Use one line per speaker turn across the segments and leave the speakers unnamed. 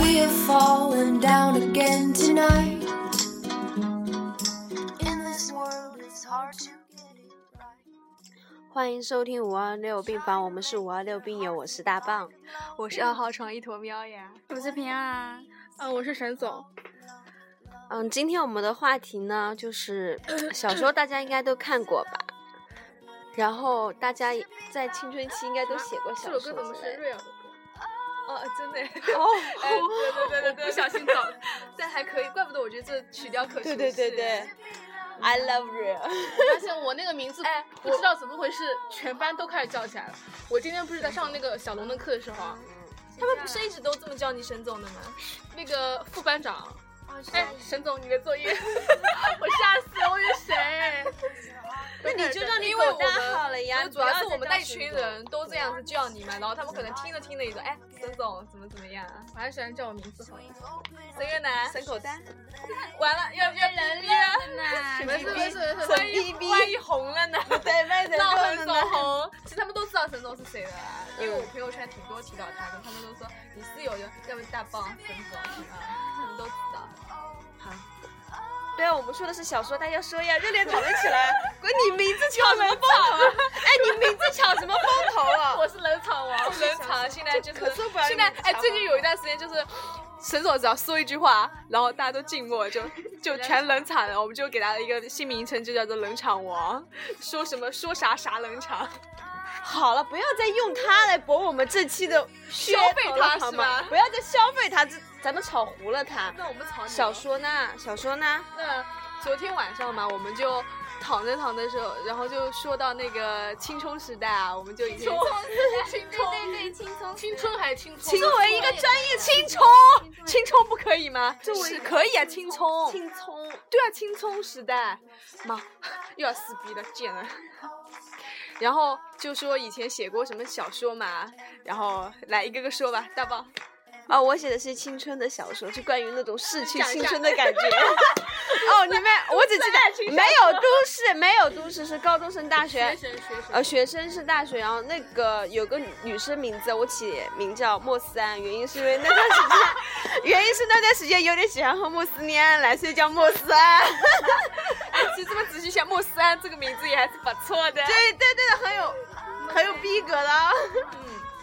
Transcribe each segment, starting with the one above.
We have fallen down again tonight. In this world, it's hard to get it right.
欢迎收听五二六病房，我们是五二六病友，我是大棒。
我是二号床一坨喵呀，
我是平安啊，啊，我是沈总。
嗯，今天我们的话题呢，就是小时候大家应该都看过吧，然后大家也在青春期应该都写过小
这首
说
啊
之
歌
类
怎么是
的。
瑞尔的歌？
哦，真的，
哦，
哎，对对 对对对，不小心找，但还可以，怪不得我觉得这曲调可
对对对对，I love you。
我发现我那个名字，
哎
不知道怎么回事，全班都开始叫起来了。我今天不是在上那个小龙的课的时候啊，
他们不是一直都这么叫你沈总的吗？
那个副班长，哎
哎，，
嗯
沈总，你的作业，我吓死了，我是谁？
那你就让你
因为
狗
我
蛋好
们
了呀，
主要是我们那
带
一群人都这样子叫你嘛，然后他们可能听着听着也说，哎，沈总怎么怎么样啊，
我还是喜欢叫我名字好了。
沈月南，
神狗蛋，
完了要要人了，
你们是不是是不是？
万一万一红了呢？
对，卖的
闹
热
很
闹
走
呢。
红，其实他们都知道沈总是谁的啊，因为我朋友圈挺多提到他的，他们都说你室友的，要不大棒沈总啊，他们都知道。
对啊，我们说的是小说，大家说呀，热烈讨论起来。 滚，你名字抢什么风 头啊？哎，你名字抢什么风头啊？
我是冷场王，
冷场，现在就是
可受不了
现在
你们
哎，
嘲讽
最近有一段时间就是。沈总只要说一句话，然后大家都静默，就就全冷场了。我们就给他一个新名称，就叫做“冷场王”，说什么说啥啥冷场，
好了，不要再用它来博我们这期的
消费
噱头
它
了好
是
吗？
吧？
不要再消费它，这咱们炒糊了它。
那我们吵你
小
了
说呢？小说呢？
那昨天晚上嘛，我们就躺着躺着的时候，然后就说到那个青葱时代啊，我们就已经
青葱，对对，青葱，青春还青葱。
作为一个专业青葱， 青葱不可以吗？嗯是可以啊，青葱，
青葱，
对啊，青葱时代，妈又要撕逼了，贱人。然后就说以前写过什么小说嘛，然后来一个个说吧，大宝。
哦，我写的是青春的小说，就关于那种逝去
讲一
青
下
春的 感觉。哦，你们，我只记得没有都市，没有都市是高中生大学
学。生学生，
哦
呃，学生是大学，然后那个有个女生名字，我起名叫莫斯安，原因是因为那段时间， 原因是那段时间有点喜欢和穆斯恋爱了，所以叫莫斯安。
哎，其实这么仔细想，莫斯安这个名字也还是不错的。
对啊对对的，很有很有逼格的哦。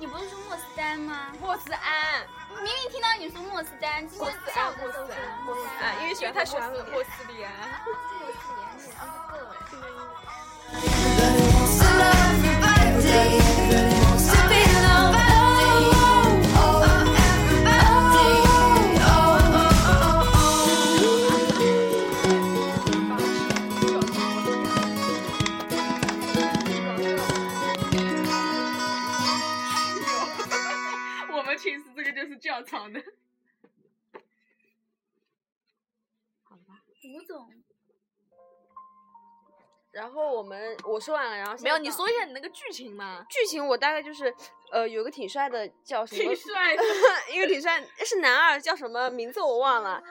你不是说莫斯丹吗？
莫斯安，
明明听到你说莫斯丹，今天
哎
下午都说莫斯
啊，因为喜欢他喜欢
莫斯
莫斯利安。
莫斯
Everybody wants to
丹，莫斯丹。
love everybody. Everybody wants to be loved. Oh, oh, oh, everybody. Oh, oh, oh, oh.
我们寝室这个就是教场的。
吴总，
然后我们我说完了，然后
没
现
有，
在
你
到
说一下你那个剧情嘛。
剧情，我大概就是呃，有个挺帅的叫什么
挺，帅的，
一个挺帅是男二，叫什么名字我忘了。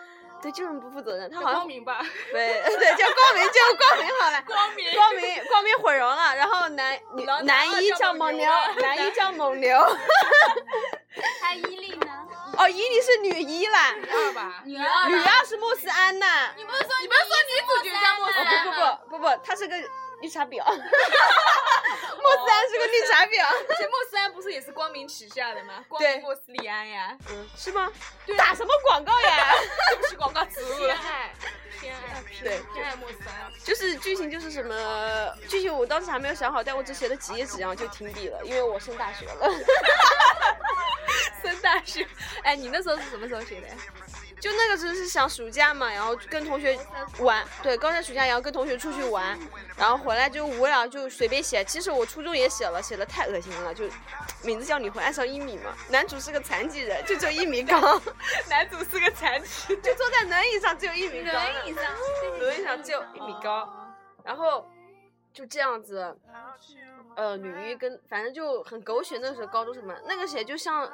对，就是不负责任，他好像
光明吧？
对对叫光明，叫光明 好了。
光明
光 明光明毁容了，然后男女
然后男
男
二
一
叫
叫
蒙
蒙
牛
牛，男一叫蒙牛，
还有伊利呢？
哦，一你是女一啦，
二吧？
女二
女
呢？
二是穆斯安呐，
你不是说你不是说女主角叫莫斯
哦
丹吗？
啊
不不不不不，她是个绿茶婊， 穆斯安是个绿茶婊，
这莫斯安不是也是光明旗下的吗？光
对
明莫斯利安呀，
嗯是吗？打什么广
哦
告呀？
是不是广告植入
偏
了？
爱，偏爱，
对
偏爱莫斯安。
就是剧情就是什么剧情，我当时还没有想好，但我只写了几页纸，然后就停笔了，因为我升大学了。
升大学，哎，你那时候是什么时候写的？
就那个时候是想暑假嘛，然后跟同学玩，对，高三暑假然后跟同学出去玩，然后回来就无聊就随便写。其实我初中也写了，写的太恶心了，就名字叫你会爱上一米嘛，男主是个残疾人，就只有一米高，
男主是个残疾，
就坐在轮椅上只有一米高，
轮椅上，
轮椅上只有一米高，然后就这样子，呃，女一跟反正就很狗血。那时候高中什么，那个谁就像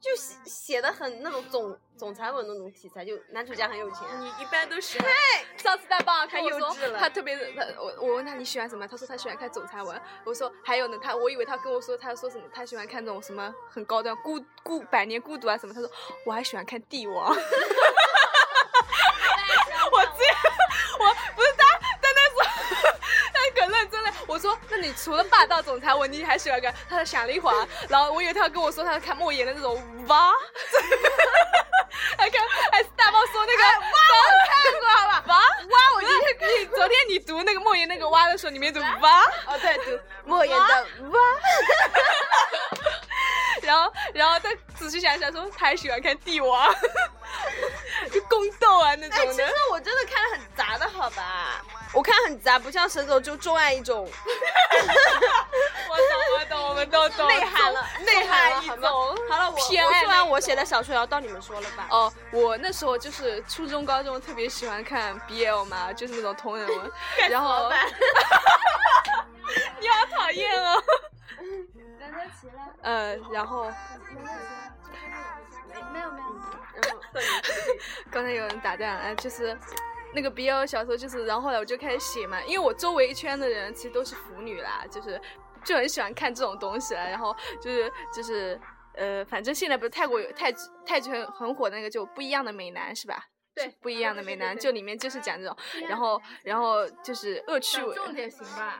就写写的很那种总总裁文那种题材，就男主家很有钱。
你一般都喜欢。上次大棒跟我
太幼稚
说，
了
他特别的，他我我问他你喜欢什么，他说他喜欢看总裁文。我说还有呢，他我以为他跟我说他说什么，他喜欢看那种什么很高端孤孤百年孤独啊什么。他说我还喜欢看帝王。 我记，我不是他，他那时候他可认真了。我说，那你除了霸道总裁文，你还喜欢看？他想了一会儿，然后我以为他要跟我说他看莫言的那种哇，还看还是大猫说那个
哎
哇，我看过好吧？哇哇，我今天看。你昨天你读那个莫言那个哇的时候，你没读 哇？
哦，对，读莫言的哇，
然后然后他仔细想一想说，他还喜欢看帝王， 就宫斗啊那
哎，其
种
实
的。
我真的看的很杂的，好吧？我看很杂，不像沈总就钟爱一种
我懂我懂，我们都懂
内涵了，哦内涵了，好吗？好了，我
偏
我
爱
说
那
完
一
我写的小说，然后到你们说了吧。
哦，我那时候就是初中、高中特别喜欢看 BL 嘛，就是那种同人文，然后 你好讨厌哦。
难得齐了，
呃，然后
没有没有，
刚才有人打断，哎，就是那个 BL 小说，就是然后后来我就开始写嘛，因为我周围一圈的人其实都是腐女啦，就是就很喜欢看这种东西啦，然后就是就是呃，反正现在不是泰国有泰泰剧很很火那个就不一样的美男是吧？
对，
不一样的美男，就里面就是讲这种，然后然后就是恶趣
讲
味。
重点行吧？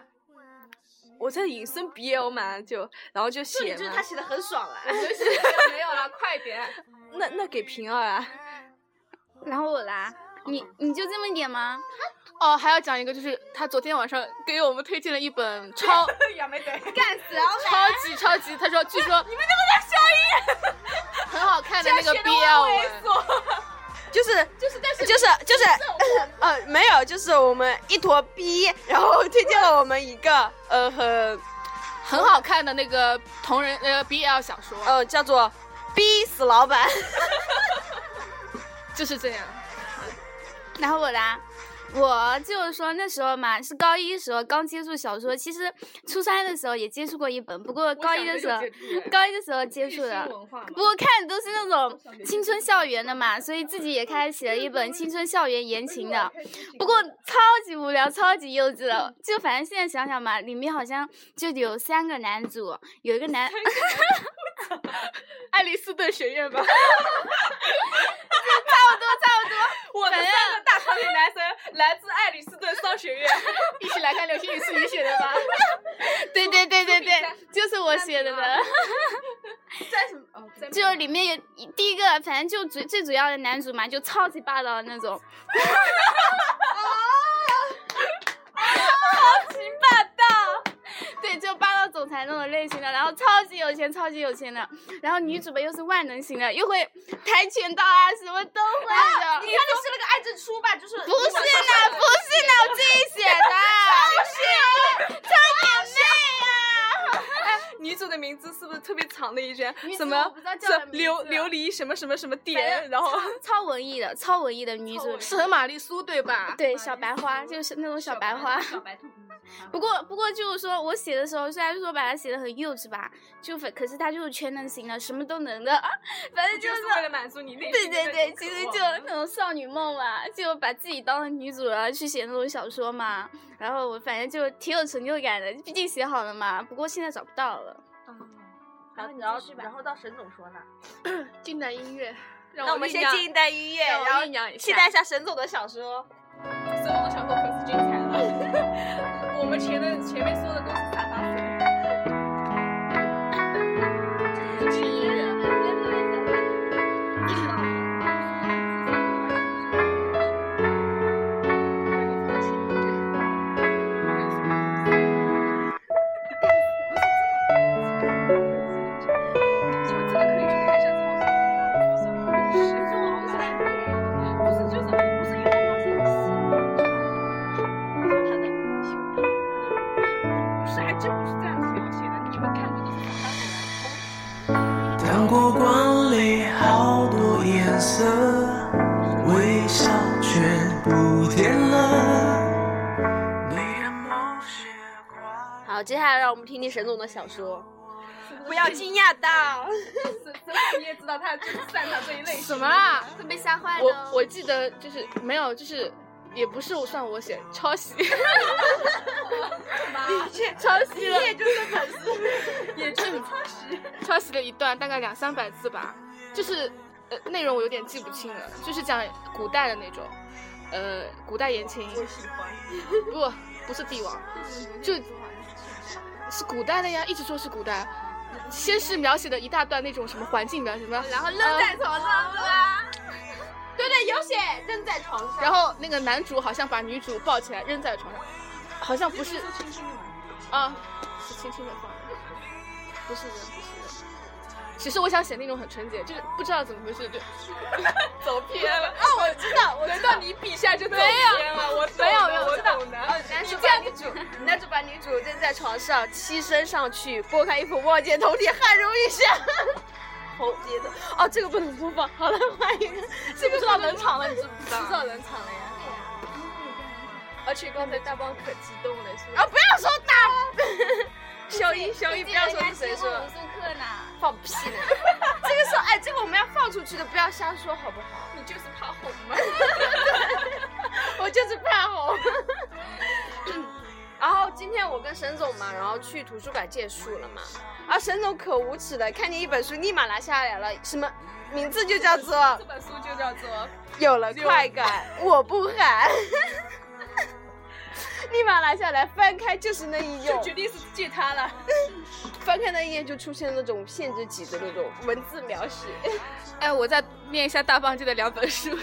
我在引申 BL 嘛，就然后就
重
写
点就是他
嘛。
写的很爽啊。
没有了，快点！
那那给平儿啊，
然后我啦，你你就这么一点吗？
哦，还要讲一个，就是他昨天晚上给我们推荐了一本 超
干死老
超级超级，他说据说你们能不能消音？很好看的那个 BL 文，
就是
就是但是
就是就是，呃，没有，就是我们一坨逼，然后推荐了我们一个呃很
很好看的那个同人呃 BL 小说，
呃叫做逼死老板，
就是这样。
然后我啦，我就是说那时候嘛，是高一时候刚接触小说，其实初三的时候也接触过一本，不过高一的时候，高一的时候接触的。不过看的都是那种青春校园的嘛，所以自己也开始写了一本青春校园言情的，不过超级无聊，超级幼稚的。就反正现在想想嘛，里面好像就有三个男主，有一个男，
爱丽斯顿学院吧，
我们三个大长腿男神来自爱丽斯顿商学院，
一起来看《流星雨》是你写的 吧？
对对对对对，就是我写的呢。
哦
就里面有第一个，反正就最最主要的男主嘛，就超级霸道的那种，
霸道。
对，就霸道总裁那种类型的，然后超级有钱，超级有钱的，然后女主吧又是万能型的，又会跆拳道啊，什么都会的。
啊你看你是那个爱之初吧，就是
不是呢，不是呢，我自己写 的。不是，超姐妹啊！
女主的名字是不是特别长的一圈
女？主
什
我
么
不知道叫
什
什么名
琉
字
琉璃什么什么什么点？然后
超文艺的，超文艺的女主，
是和玛丽苏对吧？
对，小白花就是那 种小白花。不过，不过就是说我写的时候，虽然说把它写的很幼稚吧，就反可是它就是全能型的，什么都能的，反正就
就是是为了满足你内
对
心的
对
那
对，
种
其实
渴望
就那种少女梦嘛，就把自己当成女主了去写那种小说嘛，然后我反正就挺有成就感的，毕竟写好了嘛，不过现在找不到了。
然后然后然后到沈总说呢，
近代音乐，让
那我们
酝
先
酿
进一段音乐，
让我
然后
酝酿一下
期待一下沈总的小说。
所以我的小说可是精彩了。我们前的前面说的都是茶茶水。你们真的可以去看一下曹操，就是神州老板，不是就是不是有那个什么，不是还真不是这样子描写的，你们看过的是啥？
糖果罐里好多颜色，微笑全不甜了。你的某些快乐
好，接下来让我们听听沈总的小说。
我
不要惊讶到。
你也知道他就是擅长这一类型。
什么啦？
会被吓坏的哦。
我我记得就是没有，就是也不是算我写抄 袭，抄袭了，
也就是抄袭。
抄袭了一段，大概两三百字吧，就是呃内容我有点记不清了，就是讲古代的那种，呃古代言情，
喜欢。
不不是帝王，就。是古代的呀，一直说是古代。先是描写的一大段那种什么环境描写什么，然后扔在床上，对吧？对对，有写扔在床上。然后那个男主好像把女主抱起来扔在床上，好像不是
轻轻的嘛。
啊，是轻轻的放的，不是的，不是的。其实我想写那种很纯洁，就是不知道怎么回事就走偏
啊哦
了。
轮到你笔下就没有了，我
没有没有
我
知道
懂的。
哦男主把女主，男主把女主扔在床上，栖身上去，拨开衣服望见头顶汗如雨下。头顶的哦，这个不能播放。好了，换一个，这个知道冷场了，你知不知道？ 知道冷场了呀。
而且刚才大棒可激动了，是
啊，
吧？
不要说 大。小一，小一，不要说是谁说
我
的
们，送课呢。
放屁呢！ 这个时候，哎，这个我们要放出去的，不要瞎说，好不好？
你就是怕红嘛。
我就是怕红。 然后今天我跟沈总嘛，然后去图书馆借书了嘛，啊，沈总可无耻了，看见一本书立马拿下来了，什么名字就叫做
这本书就叫做
有了快 感，我不喊， 立马拿下来，翻开就是那一
就
页，
决定是借他了。
翻开那一页就出现那种限制级的那种文字描写，
哎，我再念一下大棒这的两本书。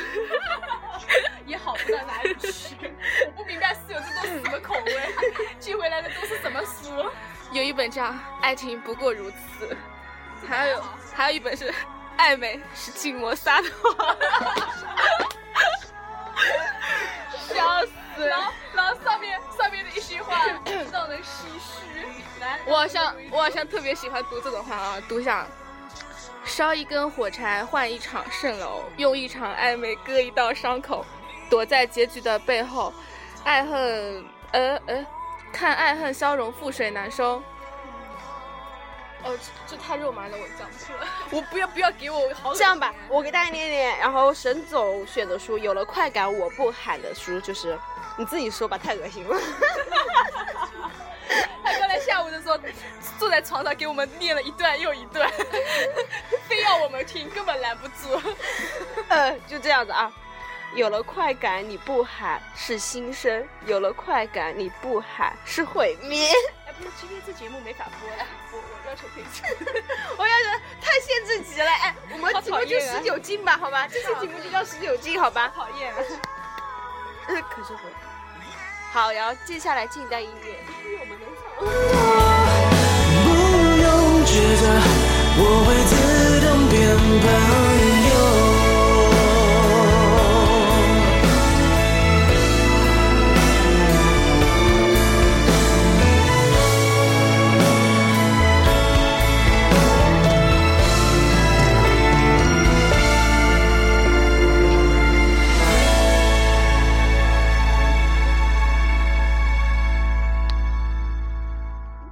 也好不到哪里去。我不明白室友这都是什么口味， 寄回来的都是什么书？
有一本这样，爱情不过如此，还有还有一本是暧昧是禁摩擦的话，笑死！
然后，然后上面上面的一席话让人唏嘘。来，
我好像我好像特别喜欢读这种话啊，读一下。烧一根火柴换一场蜃楼，用一场暧昧割一道伤口，躲在结局的背后，爱恨呃呃，看爱恨消融，覆水难收。哦，这这太肉麻了，我讲不出来。
我不要不要给我好恶啊
这样吧，我给大家念念，然后沈总选的书有了快感我不喊的书，就是你自己说吧，太恶心了。
他 刚才下午的时候坐在床上给我们念了一段又一段，非要我们听，根本拦不住。
呃， 就这样子啊。有了快感你不喊是新生，有了快感你不喊是毁灭。
哎，不是，今天这节目没法播了，我我要求退出。
我要是太限制级了，哎，我们
好
节目
讨
就
厌啊
十九禁吧，好吗？这期节目就叫十九禁，好啊吧？
讨厌，
呃可是毁。好，然后接下来进一段音乐。
不用觉得我会自动变朋友。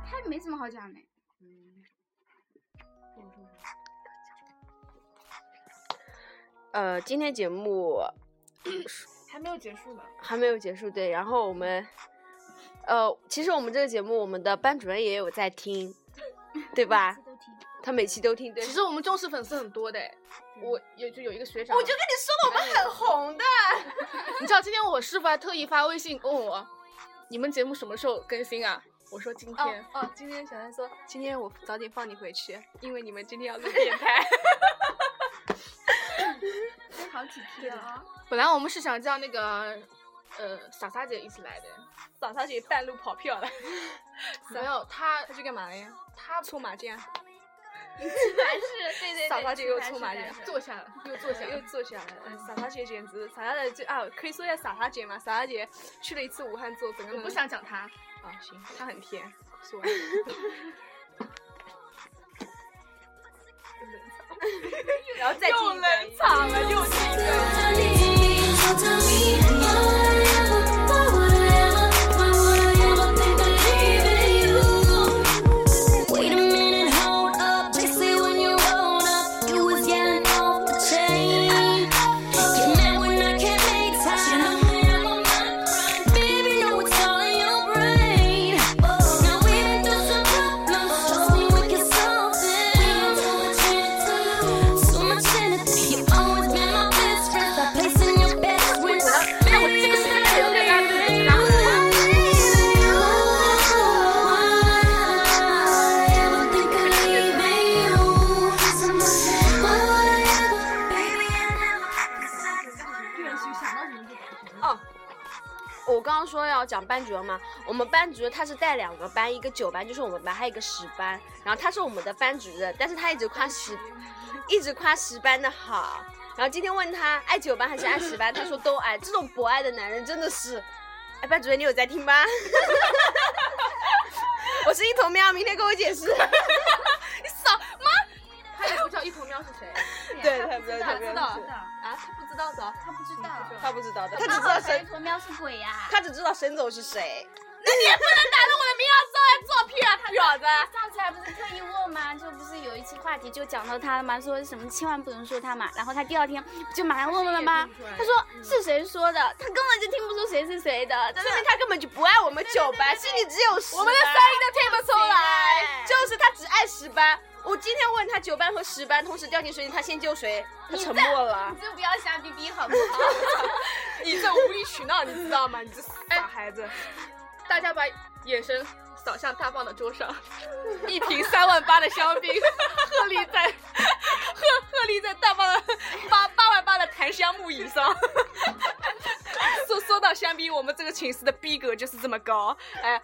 他没什么好讲的。
呃，今天节目
还没有结束呢。
还没有结束，对。然后我们，呃，其实我们这个节目，我们的班主任也有在听，对吧？他每期都听，对。
其实我们忠实粉丝很多的，
嗯
我有就有一个学长，
跟你说了，我们很红的。
你知道今天我师傅还特意发微信问我，你们节目什么时候更新啊？我说今天。
哦哦，今天小三说，今天我早点放你回去，因为你们今天 要录电台。
真好体贴啊！
本来我们是想叫那个呃傻傻姐一起来的，
早上去半路跑 票了，
没有她
他去干嘛了呀？他搓麻将，
还是对对
傻瓜姐又出马人
坐下了，又坐下
又
了。
坐下来了。嗯傻傻姐简直，傻傻姐就啊，可以说一下傻傻姐嘛。傻傻姐去了一次武汉之后，整个
我
人
不想讲她，
啊，行，她很甜， 说完。
然后再听一段音乐。
场 了，又进一个。
Wait a minute, hold up.
刚刚说要讲班主任嘛，我们班主任他是带两个班，一个九班就是我们班，还有一个十班，然后他是我们的班主任，但是他一直夸十，一直夸十班的好。然后今天问他爱九班还是爱十班，他说都爱。这种博爱的男人真的是，哎，班主任你有在听吗？ 我是一头喵，明天跟我解释。
他也不知道一头喵是谁，
对，他不知道，
他
他
不
不
知
知
道
道，
啊，他不知道的，他不知道，
他不知道的，他只
那
知道
好 谁
沈，
头喵是鬼啊呀、
他只知道沈总是谁。啊
婊子。
上次还不是特意问吗？就不是有一期话题就讲到他了吗？说什么千万不能说他嘛。然后他第二天就马上问问了吗？他说是谁说的？他根本就听不出谁是谁的，真的
说明他根本就不爱我们九班，心里只有十班。我们的声
音都听不出来
就是他只爱十班。我今天问他九班和十班同时掉进水里，他先救谁？他沉默了。
就不要瞎逼逼好不好？
你这无理取闹，你知道吗？你这傻孩子！大家把眼神扫向大棒的桌上， 一瓶三万八的香槟， 鹤立在 鹤鹤立在大棒的八八万八的檀香木椅上。 说说到香槟，我们这个寝室的逼格就是这么高。哎，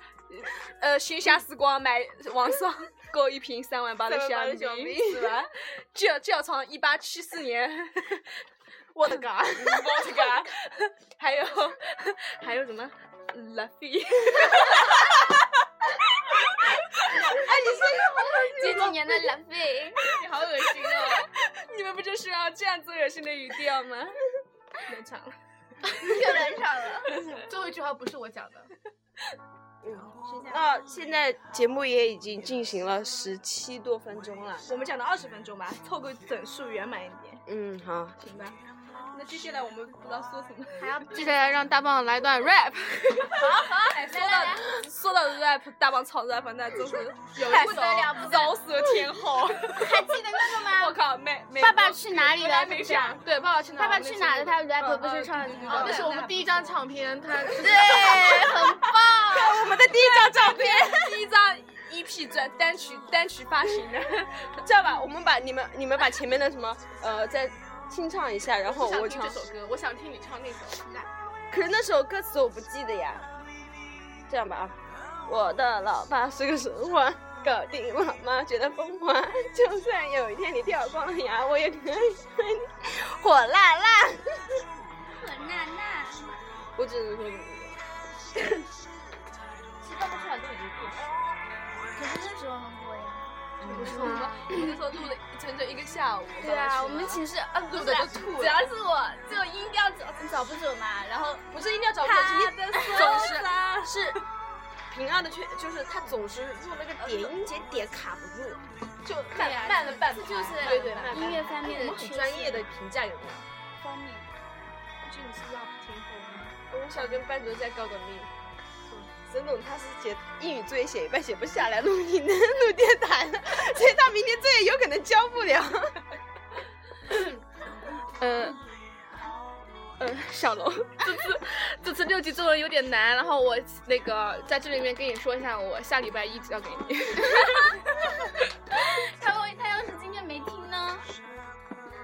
呃，闲暇时光买网上购一瓶三万八的香
3万八的香
槟，
槟
是吧？就要就要从一八七四年。我的个，我的个，还有还有什么？Luffy，
几几年的浪费，
你好恶心哦！你们不就是要这样子恶心的语调吗？冷场了，
又冷场了。
最后一句话不是我讲的，
那、现在节目也已经进行了十七多分钟了。
我们讲到二十分钟吧，凑个整数圆满一点，
嗯，好，
行吧？那接下来我们不知道说什么。
接下来让大棒来段 rap。
哎说到说到 rap，大棒唱 rap，那真是有
太不得了不得
饶舌天后。
还记得那个
我
吗？
靠，美美
爸爸去哪里
原
了？
来
是
没
不是啊
讲，对，爸爸去哪
爸
儿？
爸去哪儿
儿
了？他 rap 不是唱的
嗯嗯嗯
那
哦
个
那是我们第一张唱片，他就是
对，很棒。
我们的第一张照片。
第一张 EP 专单曲单曲发行的，
这样吧，我们把你们你们把前面的什么呃再清唱一下，然后
我
我
不想
唱
听。这首歌，我想听你唱那首。
可是那首歌词我不记得呀。这样吧啊，我的老爸是个神话，搞定老妈觉得风华。就算有一天你掉光了牙，我也可以爱你火辣辣。
娜娜，
我只能说这么多。
可是那时候很贵呀。
不是我们我们那时候录了整整一个下午。
对啊，我们寝室啊，不
录
是
的
啊，
都吐
主
了。
要是我就音调找找不准嘛，然后
不是一定要找歌
他
词，
的
哎总
手
是是平二的缺，就是他总是入那个点音节点卡不住，就慢慢了半拍。
就是
对对，慢半拍
音乐方面的
哎我们很
缺
专
失
业的评价有没有？
方面，
就你是 rap 天后吗？我想跟班主任再告个密。沈总他是写英语作业写一半写不下来，录音的录电台 的，所以他明天作业有可能交不 了。
呃，呃，小龙，这次这次六级作文有点难，然后我那个在这里面跟你说一下，我下礼拜一交给你。
他会他要是今天没听呢？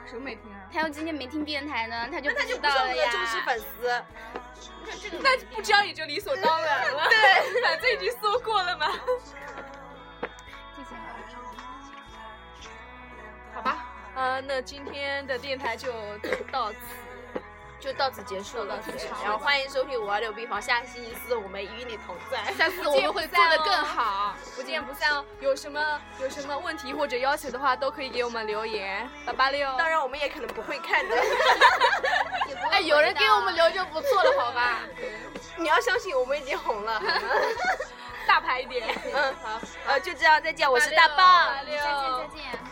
什么没听啊？
他要今天没听电台呢，他就
那他就
知
不是
道
我
了
们
呀
的。忠实粉丝。
那 不教也就理所当然 了。对，反正已经说过了嘛。好吧，呃，那今天的电台就到此。
就到此结束了，然后欢迎收听五二六 B 房，下个星期四我们与你同在。
下次我们会做的更好。
不见不散哦！有什么有什么问题或者要求的话，都可以给我们留言。八八六，
当然我们也可能不会看 的，
哎，有人给我们留就不错了，好吧？
你要相信我们已经红 了。
大牌一点。
哎
嗯，好，呃，就这样，再见，我是大棒。
再见再见。